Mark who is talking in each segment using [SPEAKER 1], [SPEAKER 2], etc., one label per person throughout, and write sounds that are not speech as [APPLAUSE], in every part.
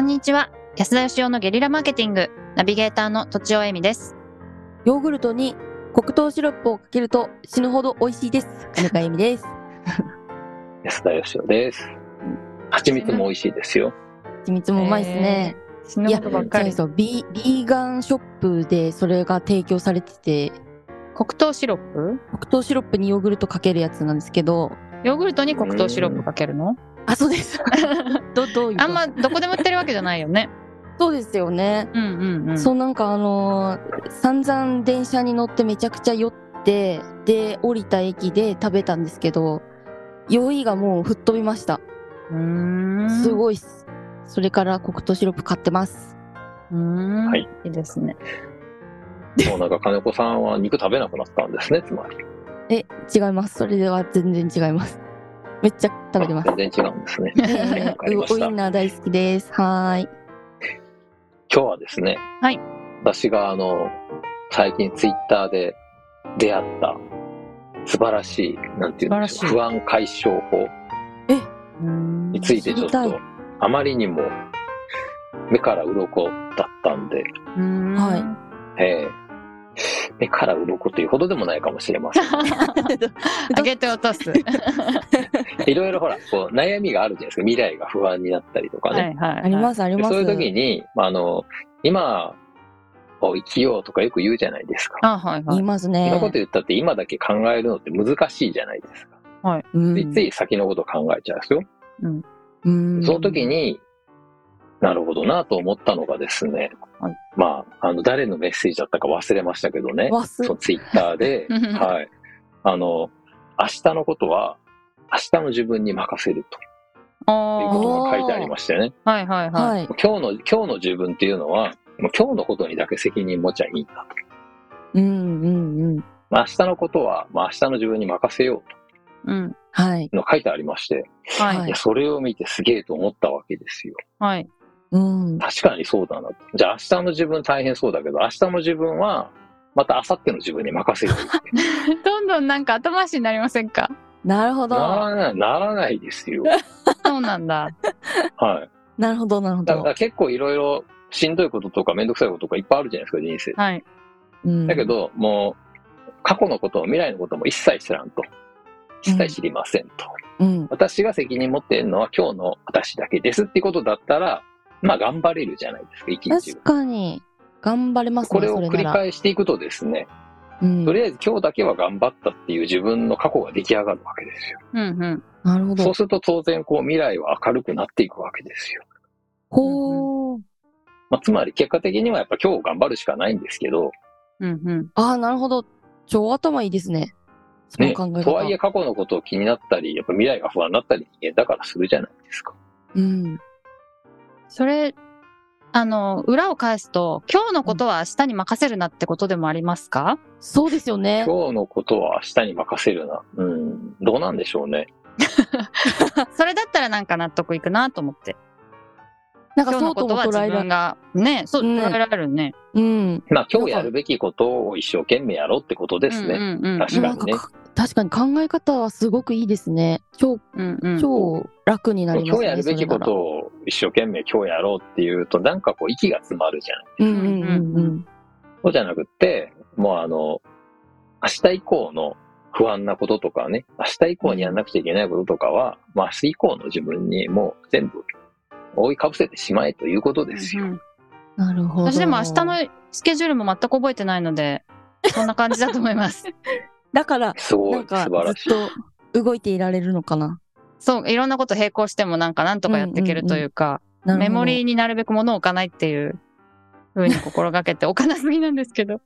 [SPEAKER 1] んにちは。安田義雄のゲリラマーケティング、ナビゲーターの土地尾恵美です。
[SPEAKER 2] ヨーグルトに黒糖シロップをかけると死ぬほど美味しいです。金川由美です。
[SPEAKER 3] 安田義雄です。蜂蜜も美味しいですよ。
[SPEAKER 2] 蜂蜜もうまいですね。
[SPEAKER 1] 死ぬこと
[SPEAKER 3] と
[SPEAKER 1] ばっ
[SPEAKER 3] ばっ
[SPEAKER 1] かり。
[SPEAKER 2] そうビー、ビーガンショップでそれが提供されてて、
[SPEAKER 1] 黒糖シロップ
[SPEAKER 2] 黒糖シロップにヨーグルトかけるやつなんですけど、
[SPEAKER 1] ヨーグルトに黒糖シロップかけるの
[SPEAKER 2] あ、そうです。ど、どういうこと
[SPEAKER 1] あんま、 [LAUGHS] どこでも売ってるわけじゃないよね。
[SPEAKER 2] そうですよね。
[SPEAKER 1] [LAUGHS] うんうんうん。
[SPEAKER 2] そうなんかあのー散々電車に乗ってめちゃくちゃ酔って、で、降りた駅で食べたんですけど、酔いがもう吹っ飛びました。
[SPEAKER 1] うーん。
[SPEAKER 2] すごいっす。それから黒糖シロップ買ってます。
[SPEAKER 1] うーん。
[SPEAKER 3] はい
[SPEAKER 1] いいですね。
[SPEAKER 3] もうなんか金子さんは肉食べなくなったんですね、つまり。
[SPEAKER 2] え、違います。それでは全然違います。めっちゃ食べてます。
[SPEAKER 3] あ全然違うんですね。
[SPEAKER 2] え
[SPEAKER 3] はいわ
[SPEAKER 2] ー
[SPEAKER 3] かりました
[SPEAKER 2] ウウインナー大好きです。は
[SPEAKER 3] [LAUGHS]
[SPEAKER 2] ーい。
[SPEAKER 3] 今日はですね、
[SPEAKER 1] はい
[SPEAKER 3] 私があの、最近ツイッターで出会った素晴らしい、なんていうんでしょう、
[SPEAKER 1] 素
[SPEAKER 3] 不安解消法
[SPEAKER 1] うーん
[SPEAKER 3] についてちょっ
[SPEAKER 2] 知りた
[SPEAKER 3] と
[SPEAKER 2] い、
[SPEAKER 3] あまりにも目から鱗だったんで、
[SPEAKER 1] うーん
[SPEAKER 2] はい
[SPEAKER 3] えー目から鱗というほどでもないかもしれません。
[SPEAKER 1] 上げて落
[SPEAKER 3] [LAUGHS]
[SPEAKER 1] とす。
[SPEAKER 3] いろいろほら、こう悩みがあるじゃないですか。未来が不安になったりとかね。
[SPEAKER 1] はいはい。。
[SPEAKER 2] ありますす、あり
[SPEAKER 3] で
[SPEAKER 2] ます。
[SPEAKER 3] そういう時に、まあ、あの、今を生きようとかよく言うじゃないですか。
[SPEAKER 1] あ、はいは
[SPEAKER 2] 言い
[SPEAKER 1] い。
[SPEAKER 2] ます
[SPEAKER 3] そん
[SPEAKER 2] ね
[SPEAKER 3] な。こと言ったって今だけ考えるのって難しいじゃないですか。
[SPEAKER 2] うん
[SPEAKER 3] ついつい先のことを考えちゃうんですよ。
[SPEAKER 2] うん
[SPEAKER 3] その時に、なるほどなと思ったのがですね、
[SPEAKER 1] はい、
[SPEAKER 3] まあ、あの、誰のメッセージだったか忘れましたけどね、
[SPEAKER 2] わす
[SPEAKER 3] そう、ツイッターではい。あの、明日のことは、明日の自分に任せるということ
[SPEAKER 1] おー
[SPEAKER 3] が書いてありましてね。
[SPEAKER 1] はいはいはい。
[SPEAKER 2] はい。
[SPEAKER 3] 今日の、今日の自分っていうのは、もう今日のことにだけ責任持ちゃいいんだと。
[SPEAKER 2] うんうんうん。
[SPEAKER 3] まあ、明日のことは、まあ、明日の自分に任せよう
[SPEAKER 1] うん。
[SPEAKER 2] はい。
[SPEAKER 3] というのが書いてありまして、
[SPEAKER 1] はい
[SPEAKER 2] はいい
[SPEAKER 3] や、それを見てすげえと思ったわけですよ。
[SPEAKER 1] はい。
[SPEAKER 2] うん。
[SPEAKER 3] 確かにそうだなと。じゃあ明日の自分大変そうだけど、明日の自分は、また明後日の自分に任せようって。
[SPEAKER 1] どんどんなんか後回しになりませんか
[SPEAKER 2] なるほど。
[SPEAKER 3] ならない、ならないですよ。
[SPEAKER 1] そうなんだ。
[SPEAKER 3] はい。
[SPEAKER 2] なるほど、なるほ
[SPEAKER 3] だか
[SPEAKER 2] ど
[SPEAKER 3] ら。結構いろいろしんどいこととかめんどくさいこととかいっぱいあるじゃないですか、人生。
[SPEAKER 1] はい。
[SPEAKER 2] うん
[SPEAKER 3] だけ、ど、もう、過去のことも未来のことも一切知らんと。一切知りませんと。
[SPEAKER 2] うん。
[SPEAKER 3] 私が責任持ってるのは今日の私だけですってことだったら、まあ頑張れるじゃないですか、一日
[SPEAKER 2] 確
[SPEAKER 3] を。
[SPEAKER 2] かに、頑張れます
[SPEAKER 3] こ
[SPEAKER 2] ね、
[SPEAKER 3] れを
[SPEAKER 2] それ
[SPEAKER 3] 繰
[SPEAKER 2] な
[SPEAKER 3] り
[SPEAKER 2] ら。
[SPEAKER 3] 返していくとですね、
[SPEAKER 2] うん
[SPEAKER 3] とりあえず今日だけは頑張ったっていう自分の過去が出来上がるわけですよ。
[SPEAKER 1] うんうん。
[SPEAKER 2] なるほ
[SPEAKER 3] そう
[SPEAKER 2] ど。
[SPEAKER 3] すると当然こう未来は明るくなっていくわけですよ。
[SPEAKER 2] ほう。
[SPEAKER 3] まあ、つまり結果的にはやっぱ今日頑張るしかないんですけど、
[SPEAKER 1] うんうん。
[SPEAKER 2] ああ、なるほど。超頭いいですね。その
[SPEAKER 3] ね、
[SPEAKER 2] 考え方。
[SPEAKER 3] とはいえ過去のことを気になったり、やっぱ未来が不安になったり人間だからするじゃないですか。
[SPEAKER 2] うん。
[SPEAKER 1] それ、あの、裏を返すと、今日のことは明日に任せるなってことでもありますか
[SPEAKER 2] そうですよね。
[SPEAKER 3] 今日のことは明日に任せるな。うん、どうなんでしょうね。
[SPEAKER 1] [LAUGHS] それだったらなんか納得いくなと思って。
[SPEAKER 2] なんか
[SPEAKER 1] 今日
[SPEAKER 2] そ
[SPEAKER 1] の
[SPEAKER 2] うと
[SPEAKER 1] こ
[SPEAKER 2] も
[SPEAKER 1] とは
[SPEAKER 2] 捉
[SPEAKER 1] 自
[SPEAKER 2] えら
[SPEAKER 1] 分
[SPEAKER 2] れ
[SPEAKER 1] が、ね、そう、
[SPEAKER 2] うん
[SPEAKER 1] 捉えられるね。
[SPEAKER 2] うん。
[SPEAKER 3] まあ今日やるべきことを一生懸命やろうってことですね。
[SPEAKER 1] うんうんうん。
[SPEAKER 3] 確
[SPEAKER 2] な
[SPEAKER 3] か
[SPEAKER 2] ん
[SPEAKER 3] にね
[SPEAKER 2] かか確かに考え方はすごくいいですね。超、
[SPEAKER 1] うんうん。
[SPEAKER 2] 超楽になりますね。
[SPEAKER 3] 今日やるべきこ
[SPEAKER 2] そ
[SPEAKER 3] とを一生懸命今日やろうっていうと、なんかこう息が詰まるじゃない。
[SPEAKER 2] れなら。うんうんうんうん。
[SPEAKER 3] そうじゃなくって、もうあの、明日以降の不安なこととかね、明日以降にやらなくちゃいけないこととかは、まあ明日以降の自分にもう全部覆いかぶせてしまえということですよ。
[SPEAKER 1] うんうん
[SPEAKER 2] なるほど。
[SPEAKER 1] 私でも明日のスケジュールも全く覚えてないので、そんな感じだと思います。 [LAUGHS]
[SPEAKER 2] だから、
[SPEAKER 3] すご
[SPEAKER 2] ないん、
[SPEAKER 3] 素
[SPEAKER 2] か
[SPEAKER 3] 晴らしい。
[SPEAKER 2] ずっと動いていられるのかな。
[SPEAKER 1] そう、いろんなこと並行してもなんかなんとかやっていけるというか、
[SPEAKER 2] なるほど
[SPEAKER 1] メモリーになるべく物を置かないっていう風に心がけて、置かなすぎなんですけど。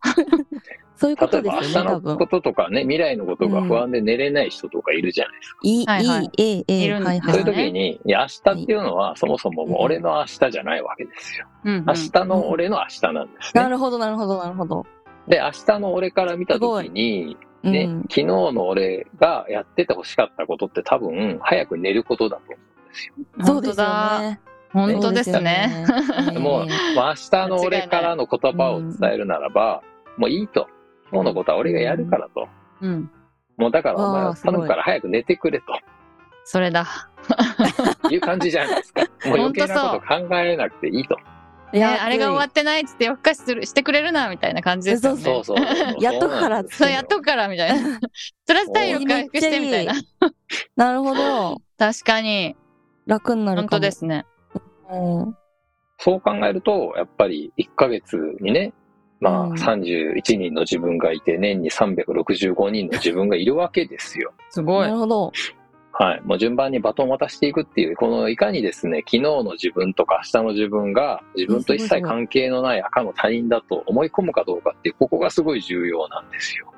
[SPEAKER 2] そういうこ
[SPEAKER 3] 例
[SPEAKER 2] と
[SPEAKER 3] え
[SPEAKER 2] で
[SPEAKER 3] ば明
[SPEAKER 2] す
[SPEAKER 3] 日
[SPEAKER 2] よね、多
[SPEAKER 3] の
[SPEAKER 2] 分
[SPEAKER 3] こ。ととかね、未来のことが不安で寝れない人とかいるじゃないですか。
[SPEAKER 2] いい、いい
[SPEAKER 1] はいはい、
[SPEAKER 2] ええ、え
[SPEAKER 1] い
[SPEAKER 2] え、
[SPEAKER 1] るん
[SPEAKER 2] はい
[SPEAKER 1] うん
[SPEAKER 2] は
[SPEAKER 3] そうい。
[SPEAKER 2] いう
[SPEAKER 3] 時に、いや、明日っていうのはそもそももう俺の明日じゃないわけですよ。
[SPEAKER 1] うんうん
[SPEAKER 3] 明日の俺の明日なんです
[SPEAKER 2] な
[SPEAKER 3] ね。
[SPEAKER 2] るほど、なるほど、なるほど。
[SPEAKER 3] で、明日の俺から見た時に、
[SPEAKER 2] う
[SPEAKER 3] ね、
[SPEAKER 2] ん。
[SPEAKER 3] 昨日の俺がやってて欲しかったことって多分早く寝ることだと思うんですよ。
[SPEAKER 2] そうですよね。
[SPEAKER 1] 本当だ。本当ですね。
[SPEAKER 2] そうですよね。
[SPEAKER 3] もう
[SPEAKER 2] え
[SPEAKER 3] まあ明日の俺からの言葉を伝えるならば、もういいと。今日のことは俺がやるからと。
[SPEAKER 1] うん。
[SPEAKER 3] もうだからお前
[SPEAKER 2] わあ
[SPEAKER 3] は頼むから早く寝てくれと。
[SPEAKER 1] それだ。
[SPEAKER 3] いう感じじゃな
[SPEAKER 2] [LAUGHS]
[SPEAKER 3] いですか。もう余計なこと考えなくていいと。
[SPEAKER 1] いや、あれが終わってないっつって夜更かしするしてくれるなみたいな感じですよね。
[SPEAKER 2] そう
[SPEAKER 3] そうそうそ
[SPEAKER 2] [LAUGHS]
[SPEAKER 3] う。
[SPEAKER 2] やっとくから
[SPEAKER 3] そうなんです
[SPEAKER 1] そ
[SPEAKER 3] よ
[SPEAKER 1] うやっとくからみたいな。プラス体力回復してみたいな
[SPEAKER 2] め。なるほど。
[SPEAKER 1] 確かに。
[SPEAKER 2] 楽にな
[SPEAKER 1] 本
[SPEAKER 2] るかも。
[SPEAKER 1] 当で。すね。
[SPEAKER 2] うん、
[SPEAKER 3] そう考えると、やっぱり1ヶ月にね、まあ
[SPEAKER 2] うん
[SPEAKER 3] 31人の自分がいて、年に365人の自分がいるわけですよ。
[SPEAKER 1] すご
[SPEAKER 2] ないる。ほど。
[SPEAKER 3] はい。もう順番にバトンを渡していくっていう、このいかにですね、昨日の自分とか明日の自分が自分と一切関係のない赤の他人だと思い込むかどうかっていう、ここがすごい重要なんですよ。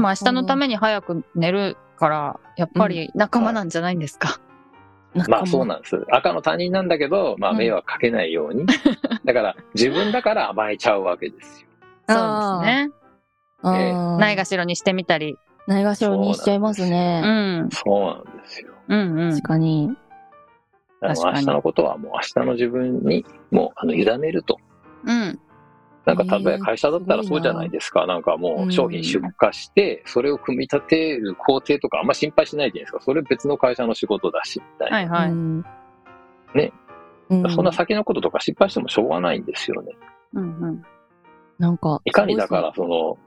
[SPEAKER 1] まあ明日のために早く寝るから、やっぱり仲間なんじゃないんですか。
[SPEAKER 3] まあそう
[SPEAKER 2] な
[SPEAKER 3] なんです。赤の他人なんだけど、まあ
[SPEAKER 1] うん
[SPEAKER 3] 迷惑かけないように。だから自分だから甘えちゃうわけですよ。
[SPEAKER 1] そうですね。
[SPEAKER 2] ん
[SPEAKER 3] ええ
[SPEAKER 2] あー
[SPEAKER 1] ないがしろにしてみたり。
[SPEAKER 2] ないがしろにしちゃいます
[SPEAKER 1] う
[SPEAKER 2] ね。
[SPEAKER 1] ん。
[SPEAKER 3] そうなんですよ。
[SPEAKER 1] うんうん
[SPEAKER 2] 確。かに。
[SPEAKER 3] だ
[SPEAKER 1] 確
[SPEAKER 3] か
[SPEAKER 1] か
[SPEAKER 3] ら明
[SPEAKER 1] に
[SPEAKER 3] 日のことはもう明日の自分にもうあの委ねると。
[SPEAKER 1] うん。
[SPEAKER 3] なんか
[SPEAKER 2] え
[SPEAKER 3] 例え
[SPEAKER 2] ー
[SPEAKER 3] ば会社だったら
[SPEAKER 2] す
[SPEAKER 3] そ
[SPEAKER 2] ご
[SPEAKER 3] う
[SPEAKER 2] いな
[SPEAKER 3] じゃないですか。なんかも
[SPEAKER 2] う
[SPEAKER 3] うん商品出荷して、それを組み立てる工程とかあんま心配しないじゃないですか。それ別の会社の仕事だし、みたいな。
[SPEAKER 1] はいはい。
[SPEAKER 2] うん
[SPEAKER 3] ね。
[SPEAKER 2] うん、
[SPEAKER 3] そんな先のこととか心配してもしょうがないんですよね。
[SPEAKER 1] うんうん。
[SPEAKER 2] なんか、
[SPEAKER 3] いかにだからその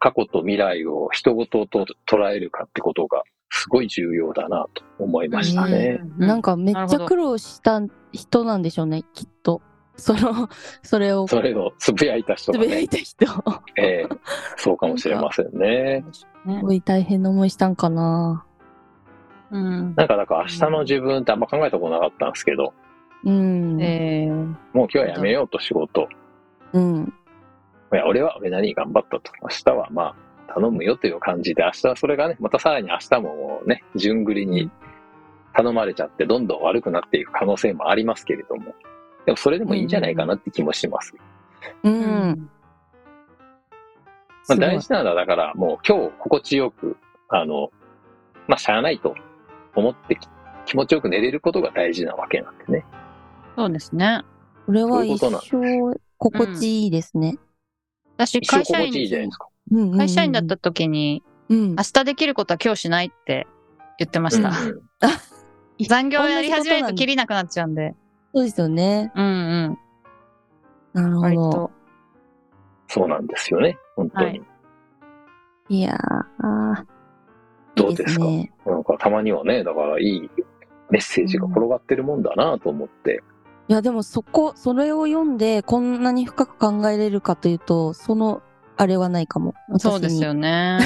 [SPEAKER 3] 過去と未来を人事と捉えるかってことがすごい重要だなと思いましたね。
[SPEAKER 1] う
[SPEAKER 2] なん
[SPEAKER 1] ん
[SPEAKER 2] かめっ
[SPEAKER 1] なる
[SPEAKER 2] ち
[SPEAKER 1] ほ
[SPEAKER 2] ゃ
[SPEAKER 1] ど
[SPEAKER 2] 苦労した人なんでしょうね、きっと。そ
[SPEAKER 3] [LAUGHS]
[SPEAKER 2] の、それを
[SPEAKER 3] それをつぶやいた人
[SPEAKER 2] つ
[SPEAKER 3] が
[SPEAKER 2] ぶや
[SPEAKER 3] ね
[SPEAKER 2] い、た
[SPEAKER 3] [LAUGHS]
[SPEAKER 2] 人。
[SPEAKER 3] ええそうかもしれませんね。
[SPEAKER 2] すごい大変な思いしたんかな。
[SPEAKER 1] うん。
[SPEAKER 3] なんかだから明日の自分ってあんま考えたことなかったんですけど、
[SPEAKER 2] うん。
[SPEAKER 1] えー
[SPEAKER 3] もう今日はやめようと仕事。
[SPEAKER 2] うん。
[SPEAKER 3] いや、俺は俺なりに頑張ったと。明日はまあ、頼むよという感じで、明日はそれがね、またさらに明日ももうね、順繰りに頼まれちゃって、どんどん悪くなっていく可能性もありますけれども、でもそれでもいいんじゃないかなって気もします。
[SPEAKER 2] う。。
[SPEAKER 1] うん
[SPEAKER 3] ます
[SPEAKER 2] ご
[SPEAKER 3] あ、
[SPEAKER 2] い
[SPEAKER 3] 大事なのは、だからもう今日心地よく、あの、まあ、しゃあないと思ってき気持ちよく寝れることが大事なわけなんでね。
[SPEAKER 1] そうですね。
[SPEAKER 2] これ
[SPEAKER 3] そ
[SPEAKER 2] は
[SPEAKER 3] ういう
[SPEAKER 2] 一
[SPEAKER 3] ことなん
[SPEAKER 2] 生心地いいですね。
[SPEAKER 1] 私、
[SPEAKER 3] 一生
[SPEAKER 1] 会社
[SPEAKER 3] 心地いい
[SPEAKER 1] 員
[SPEAKER 3] じゃないですか。
[SPEAKER 2] うんうんうん
[SPEAKER 1] 会社員だった、時に、
[SPEAKER 2] うん
[SPEAKER 1] 明、日できることは今日しないって言ってました。
[SPEAKER 3] うんうん
[SPEAKER 1] [LAUGHS] 残業やり始めると切りなくなっちゃうんで。
[SPEAKER 2] そうですよね。
[SPEAKER 1] うん
[SPEAKER 2] なる
[SPEAKER 1] うん。割
[SPEAKER 2] ほど。
[SPEAKER 1] と。
[SPEAKER 3] そうなんですよね。本当に。
[SPEAKER 1] はい
[SPEAKER 2] いやー。
[SPEAKER 3] どうですか
[SPEAKER 2] いいね
[SPEAKER 3] なんかたまにはね、だからいいメッセージが転がってるもんだなと思って、
[SPEAKER 2] いや、でもそこ、それを読んで、こんなに深く考えれるかというと、その、あれはないかも。私に
[SPEAKER 1] そうですよね。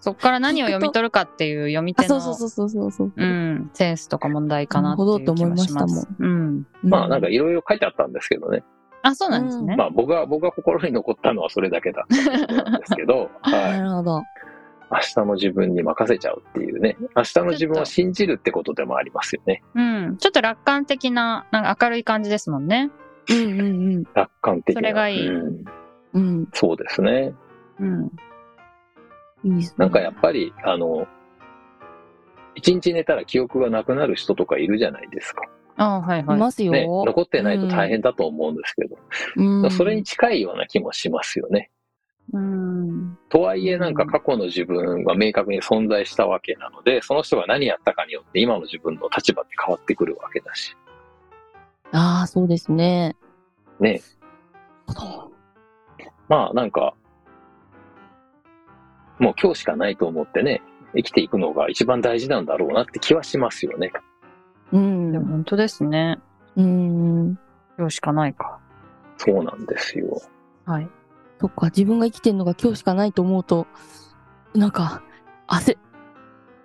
[SPEAKER 1] そっから何を読み取るかっていう読み
[SPEAKER 2] あ、
[SPEAKER 1] 手
[SPEAKER 2] そ
[SPEAKER 1] の
[SPEAKER 2] うそうそうそうそうそう。
[SPEAKER 1] うん、センスとか問題かなっていう気がし
[SPEAKER 2] なるほどと思いま
[SPEAKER 1] ま
[SPEAKER 2] し
[SPEAKER 1] す。うん。
[SPEAKER 3] まあなんか
[SPEAKER 2] う
[SPEAKER 3] いろいろ書いてあったんですけどね、
[SPEAKER 1] あ、そうなんですね。
[SPEAKER 3] まあ僕が、僕が心に残ったのはそれだけだったんですけ
[SPEAKER 1] [LAUGHS]
[SPEAKER 3] ど、はい
[SPEAKER 2] な。るほど。
[SPEAKER 3] 明日の自分に任せちゃうっていうね、明日の自分を信じるってことでもありますよね。
[SPEAKER 1] うん。ちょっと楽観的な、なんか明るい感じですもんね。
[SPEAKER 2] うんうん
[SPEAKER 3] 楽観的な。
[SPEAKER 1] それがいい
[SPEAKER 3] うん
[SPEAKER 2] うん。
[SPEAKER 3] そうですね。
[SPEAKER 1] うん。
[SPEAKER 2] うん。いいですね
[SPEAKER 3] なんかやっぱり、あの、一日寝たら記憶がなくなる人とかいるじゃないですか。
[SPEAKER 1] あはいはいい。
[SPEAKER 2] ますよ。
[SPEAKER 3] ね、残ってないと大変だと思うんですけど、
[SPEAKER 2] うん。
[SPEAKER 3] それに近いような気もしますよね。
[SPEAKER 1] うん。
[SPEAKER 3] とはいえなんか過去の自分は明確に存在したわけなので、その人が何やったかによって今の自分の立場って変わってくるわけだし。
[SPEAKER 2] ああ、そうですね。
[SPEAKER 3] ね。
[SPEAKER 2] そ
[SPEAKER 3] まあなんか、もう今日しかないと思ってね、生きていくのが一番大事なんだろうなって気はしますよね。
[SPEAKER 2] う。うん。
[SPEAKER 1] でも本当ですね。
[SPEAKER 2] うん。
[SPEAKER 1] 今日しかないか。
[SPEAKER 3] そうなんですよ。
[SPEAKER 1] はい。
[SPEAKER 2] そっか、自分が生きてるのが今日しかないと思うと、なんか、焦、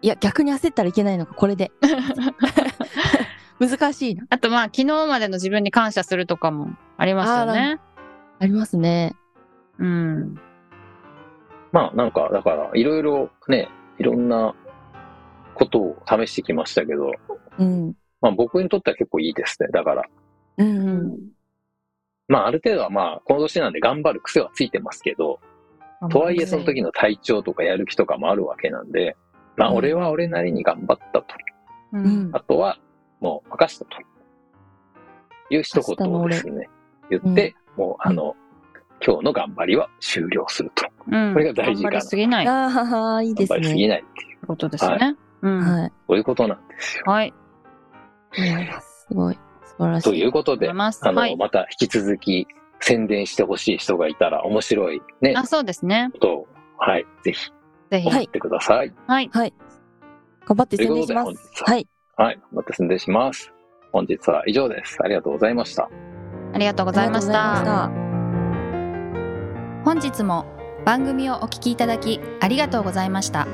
[SPEAKER 2] いや、逆に焦ったらいけないのか、これ
[SPEAKER 4] [LAUGHS]
[SPEAKER 2] で。難しいな。
[SPEAKER 1] あとまあ、昨日までの自分に感謝するとかもありますよね。
[SPEAKER 2] ありますね。
[SPEAKER 1] うん。
[SPEAKER 3] まあなんか、だからいろいろね、いろんなことを試してきましたけど、
[SPEAKER 2] うん。
[SPEAKER 3] まあ僕にとっては結構いいですね。だから、
[SPEAKER 2] うん
[SPEAKER 1] う
[SPEAKER 2] うん。
[SPEAKER 1] ん。
[SPEAKER 3] まあある程度はまあこの年なんで頑張る癖はついてますけど、とはいえその時の体調とかやる気とかもあるわけなんで、まあ
[SPEAKER 2] うん
[SPEAKER 3] 俺は俺なりに頑張ったと。
[SPEAKER 1] う。
[SPEAKER 2] うんん
[SPEAKER 3] あ。とはもう任したと。いう一言をですね、言って、もうあの、今日の頑張りは終了すると。
[SPEAKER 1] うん。
[SPEAKER 3] これが大事か
[SPEAKER 1] 頑
[SPEAKER 3] な
[SPEAKER 1] 張りすぎないっ
[SPEAKER 2] ああ、いいで
[SPEAKER 3] 頑
[SPEAKER 2] す
[SPEAKER 3] 張りすぎ
[SPEAKER 2] ね。
[SPEAKER 3] ないっていう、
[SPEAKER 1] てことですね。うん。
[SPEAKER 2] はい。
[SPEAKER 3] そういうことなんですよ。
[SPEAKER 1] はい。
[SPEAKER 2] 思います。すごい。素晴らしい。
[SPEAKER 3] ということ
[SPEAKER 4] 思
[SPEAKER 3] で
[SPEAKER 4] い、ます。
[SPEAKER 3] あの、
[SPEAKER 4] はい。
[SPEAKER 3] また引き続き宣伝してほしい人がいたら面白いね、
[SPEAKER 4] あ、そうですね。
[SPEAKER 3] ことを、はい、ぜひ
[SPEAKER 4] ぜひ。
[SPEAKER 3] 思
[SPEAKER 4] はい。
[SPEAKER 3] ってください。
[SPEAKER 2] 頑張って宣伝しま
[SPEAKER 3] というこ
[SPEAKER 2] す。
[SPEAKER 3] とで本日は
[SPEAKER 2] はい。
[SPEAKER 3] はい、また宣伝します。本日は以上です。ありがとうございました。
[SPEAKER 4] ありがとうございまし。
[SPEAKER 2] ありがとうございましたた。
[SPEAKER 1] 本日も番組をお聞きいただきありがとうございました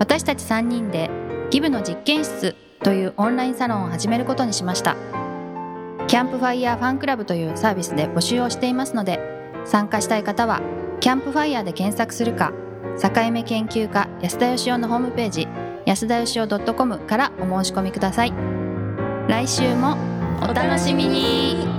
[SPEAKER 1] 私たち3人でギブの実験室というオンラインサロンを始めることにしましたキャンプファイヤーファンクラブというサービスで募集をしていますので参加したい方はキャンプファイヤーで検索するか境目研究家安田義雄のホームページ安田義雄 .com からお申し込みください来週もお楽しみに